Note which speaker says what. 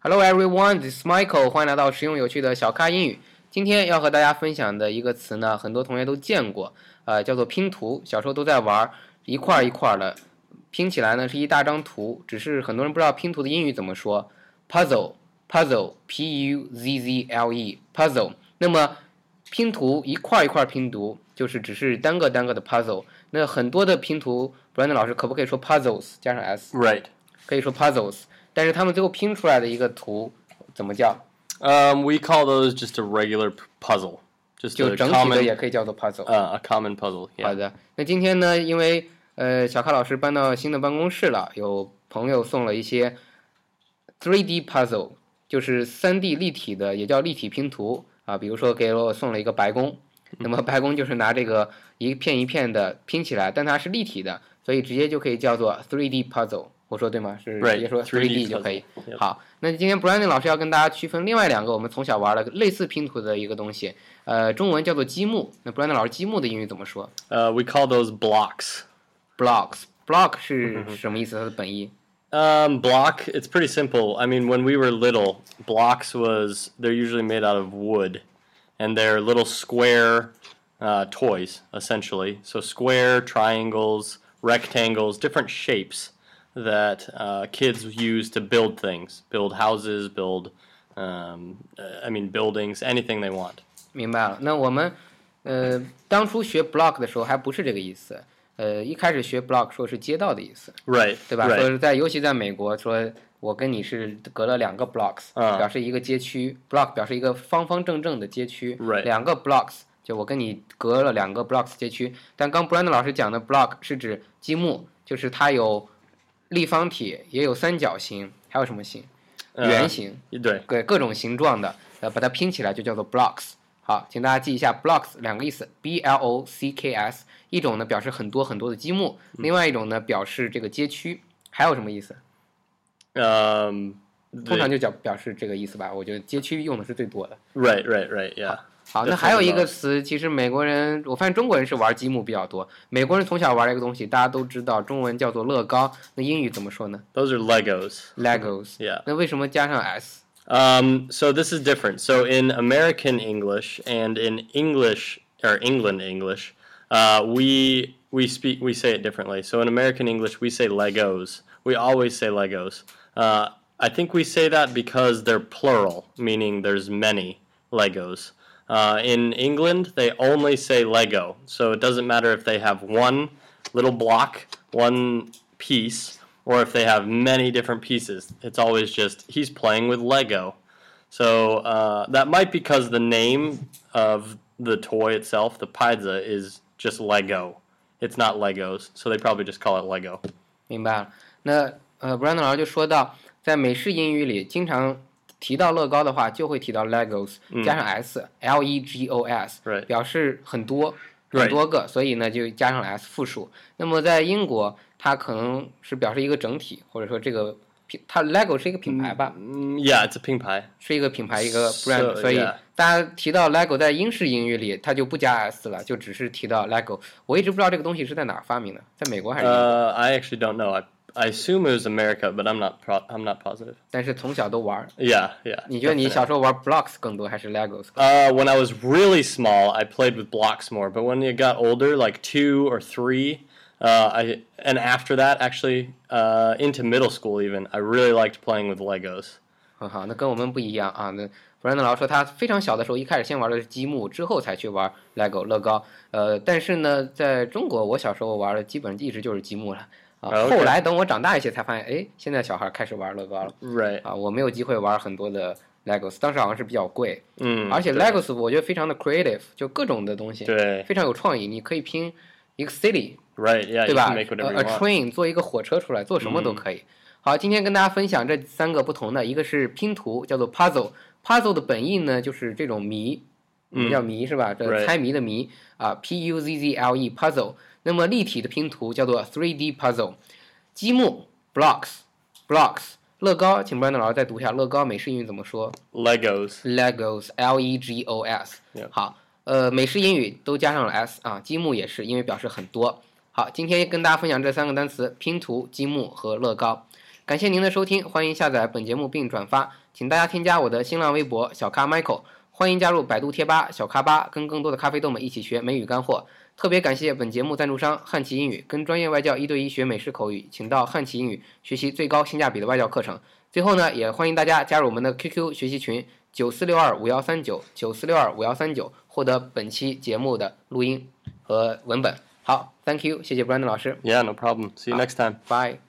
Speaker 1: Hello everyone, this is Michael. 欢迎来到实用有趣的小咖英语。今天要和大家分享的一个词呢，很多同学都见过，呃，叫做拼图。小时候都在玩儿，一块儿一块儿的拼起来呢，是一大张图。只是很多人不知道拼图的英语怎么说，puzzle, puzzle, p u z z l e, puzzle。那么拼图一块儿一块儿拼读，就是只是单个单个的 puzzle。那很多的拼图，Brandon 老师可不可以说 puzzles 加上 s？
Speaker 2: Right.
Speaker 1: 可以说 puzzles，但是他们最后拼出来的一个图怎么叫？
Speaker 2: Um, we call those just a regular p- puzzle, just
Speaker 1: 就
Speaker 2: a
Speaker 1: 整体的
Speaker 2: common,
Speaker 1: 也可以叫做 puzzle。
Speaker 2: uh, a common puzzle.
Speaker 1: 好
Speaker 2: Yeah.
Speaker 1: 的，那今天呢，因为呃小咖老师搬到新的办公室了，有朋友送了一些 3D puzzle，就是3 D 立体的，也叫立体拼图啊。比如说给我送了一个白宫，那么白宫就是拿这个一片一片的拼起来，但它是立体的，所以直接就可以叫做 3D puzzle。我说对吗？是直
Speaker 2: Right，
Speaker 1: 接说
Speaker 2: 3D
Speaker 1: D 嗯就可以
Speaker 2: puzzle，yep。
Speaker 1: 好，那今天 Brandon 老师要跟大家区分另外两个我们从小玩的类似拼图的一个东西，呃，中文叫做积木。那 Brandon 老师积木的英语怎么说？
Speaker 2: Uh, we call those blocks.
Speaker 1: blocks。block
Speaker 2: 嗯
Speaker 1: 是什么意思？它的本意
Speaker 2: Um, block. It's pretty simple. I mean, when we were little, blocks was they're usually made out of wood, and they're little square uh, toys essentially. So square, triangles, rectangles, different shapes that uh, kids use to build things, build houses, build. Um, uh, I mean, buildings, anything they want.
Speaker 1: 明白了。那我们呃当初学 block 的时候还不是这个意思，呃一开始学 block 说是街道的意思，
Speaker 2: Right.
Speaker 1: 对吧？说
Speaker 2: Right.
Speaker 1: 是在尤其在美国，说我跟你是隔了两个 blocks，、
Speaker 2: 嗯
Speaker 1: 表示一个街区，block 表示一个方方正正的街区
Speaker 2: Right
Speaker 1: 两个 blocks 就我跟你隔了两个 blocks 街区。但刚 Brandon 老师讲的 block 是指积木，就是它有立方体，也有三角形，还有什么形？
Speaker 2: 呃
Speaker 1: 圆形。
Speaker 2: 对。
Speaker 1: 对各种形状的，呃，把它拼起来就叫做 blocks。好，请大家记一下 blocks 两个意思，b l o c k s，一种呢表示很多很多的积木，另外一种呢表示这个街区，还有什么意思？
Speaker 2: Um,
Speaker 1: 通
Speaker 2: they-
Speaker 1: 常就叫表示这个意思吧。我觉得街区用的是最多的。
Speaker 2: right, right, right. Yeah.
Speaker 1: 好，那
Speaker 2: Definitely
Speaker 1: 还有一个
Speaker 2: blocks
Speaker 1: 词，其实美国人，我发现中国人是玩积木比较多，美国人从小玩一个东西，大家都知道，中文叫做乐高，那英语怎么说呢
Speaker 2: Those are Legos.
Speaker 1: ？Legos。
Speaker 2: Yeah.
Speaker 1: 那为什么加上 s？
Speaker 2: Um, so this is different. So in American English and in English or England English, uh, we we speak we say it differently. So in American English, we say Legos. We always say Legos. Uh, I think we say that because they're plural, meaning there's many Legos. Uh, in England, they only say Lego, so it doesn't matter if they have one little block, one piece, or if they have many different pieces. It's always just he's playing with Lego. So uh, that might be because the name of the toy itself, the pizza, is just Lego. It's not Legos, so they probably just call it Lego.
Speaker 1: 明白了。那呃，Brandon 老师就说到，在美式英语里，经常提到乐高的话，就会提到 Legos，、加上 s，L E G O S，、
Speaker 2: 嗯 Right
Speaker 1: 表示很多
Speaker 2: Right
Speaker 1: 很多个，所以呢就加上了 s 复数。那么在英国，它可能是表示一个整体，或者说这个品，它 Lego 是一个品牌吧，
Speaker 2: Mm, yeah, it's a ping pie.
Speaker 1: 是一个品牌一个
Speaker 2: So-
Speaker 1: brand，所以
Speaker 2: yeah
Speaker 1: 大家提到 Lego 在英式英语里，它就不加 s 了，就只是提到 Lego。我一直不知道这个东西是在哪儿发明的，在美国还是英国？
Speaker 2: Uh, I actually don't know. I, I assume it was America, but I'm not. Pro- I'm not positive.
Speaker 1: 但是从小都玩儿。
Speaker 2: Yeah, yeah.
Speaker 1: 你觉得你
Speaker 2: definitely.
Speaker 1: 小时候玩 blocks 更多还是 Legos？
Speaker 2: Uh, when I was really small, I played with blocks more. But when I got older, like two or three, uh, I and after that, actually, uh, into middle school even, I really liked playing with Legos.
Speaker 1: 很好，那跟我们不一样啊。那 Brandon 老师说他非常小的时候，一开始先玩的是积木，之后才去玩 Lego 乐高。呃，但是呢，在中国，我小时候玩的基本一直就是积木了啊。
Speaker 2: 啊，OK
Speaker 1: 后来等我长大一些，才发现，哎，现在小孩开始玩乐高了
Speaker 2: Right.
Speaker 1: 啊。我没有机会玩很多的 Legos，当时好像是比较贵，
Speaker 2: 嗯，
Speaker 1: 而且 Legos 我觉得非常的 creative，就各种的东西，
Speaker 2: 对
Speaker 1: 非常有创意。你可以拼一个 city，
Speaker 2: Right. Yeah.
Speaker 1: 对
Speaker 2: You
Speaker 1: 吧呃
Speaker 2: can make whatever
Speaker 1: ？A
Speaker 2: you want. 嗯
Speaker 1: train 做一个火车出来，做什么都可以。好，今天跟大家分享这三个不同的，一个是拼图，叫做 puzzle。puzzle 的本意呢，就是这种谜，我们叫谜是吧？这
Speaker 2: 嗯 Right
Speaker 1: 猜谜的谜啊，p u z z l e puzzle。那么立体的拼图叫做 three D puzzle。积木 blocks blocks。乐高，请 Brandon 老师再读一下，乐高美式英语怎么说
Speaker 2: Legos.
Speaker 1: ？Legos L E G O S。
Speaker 2: Yeah
Speaker 1: 好，呃，美式英语都加上了 s 啊，积木也是，因为表示很多。好，今天跟大家分享这三个单词：拼图、积木和乐高。感谢您的收听，欢迎下载本节目并转发，请大家添加我的新浪微博小咖 Michael，欢迎加入百度贴吧小咖吧，跟更多的咖啡豆们一起学美语干货。特别感谢本节目赞助商汉奇英语，跟专业外教一对一学美式口语，请到汉奇英语学习最高性价比的外教课程。最后呢，也欢迎大家加入我们的 QQ 学习群九四六二五幺三九九四六二五幺三九，获得本期节目的录音和文本。好，Thank you，谢谢 Brandon 老师 Uh,
Speaker 2: Yeah, no problem. See you next time.
Speaker 1: ，Bye。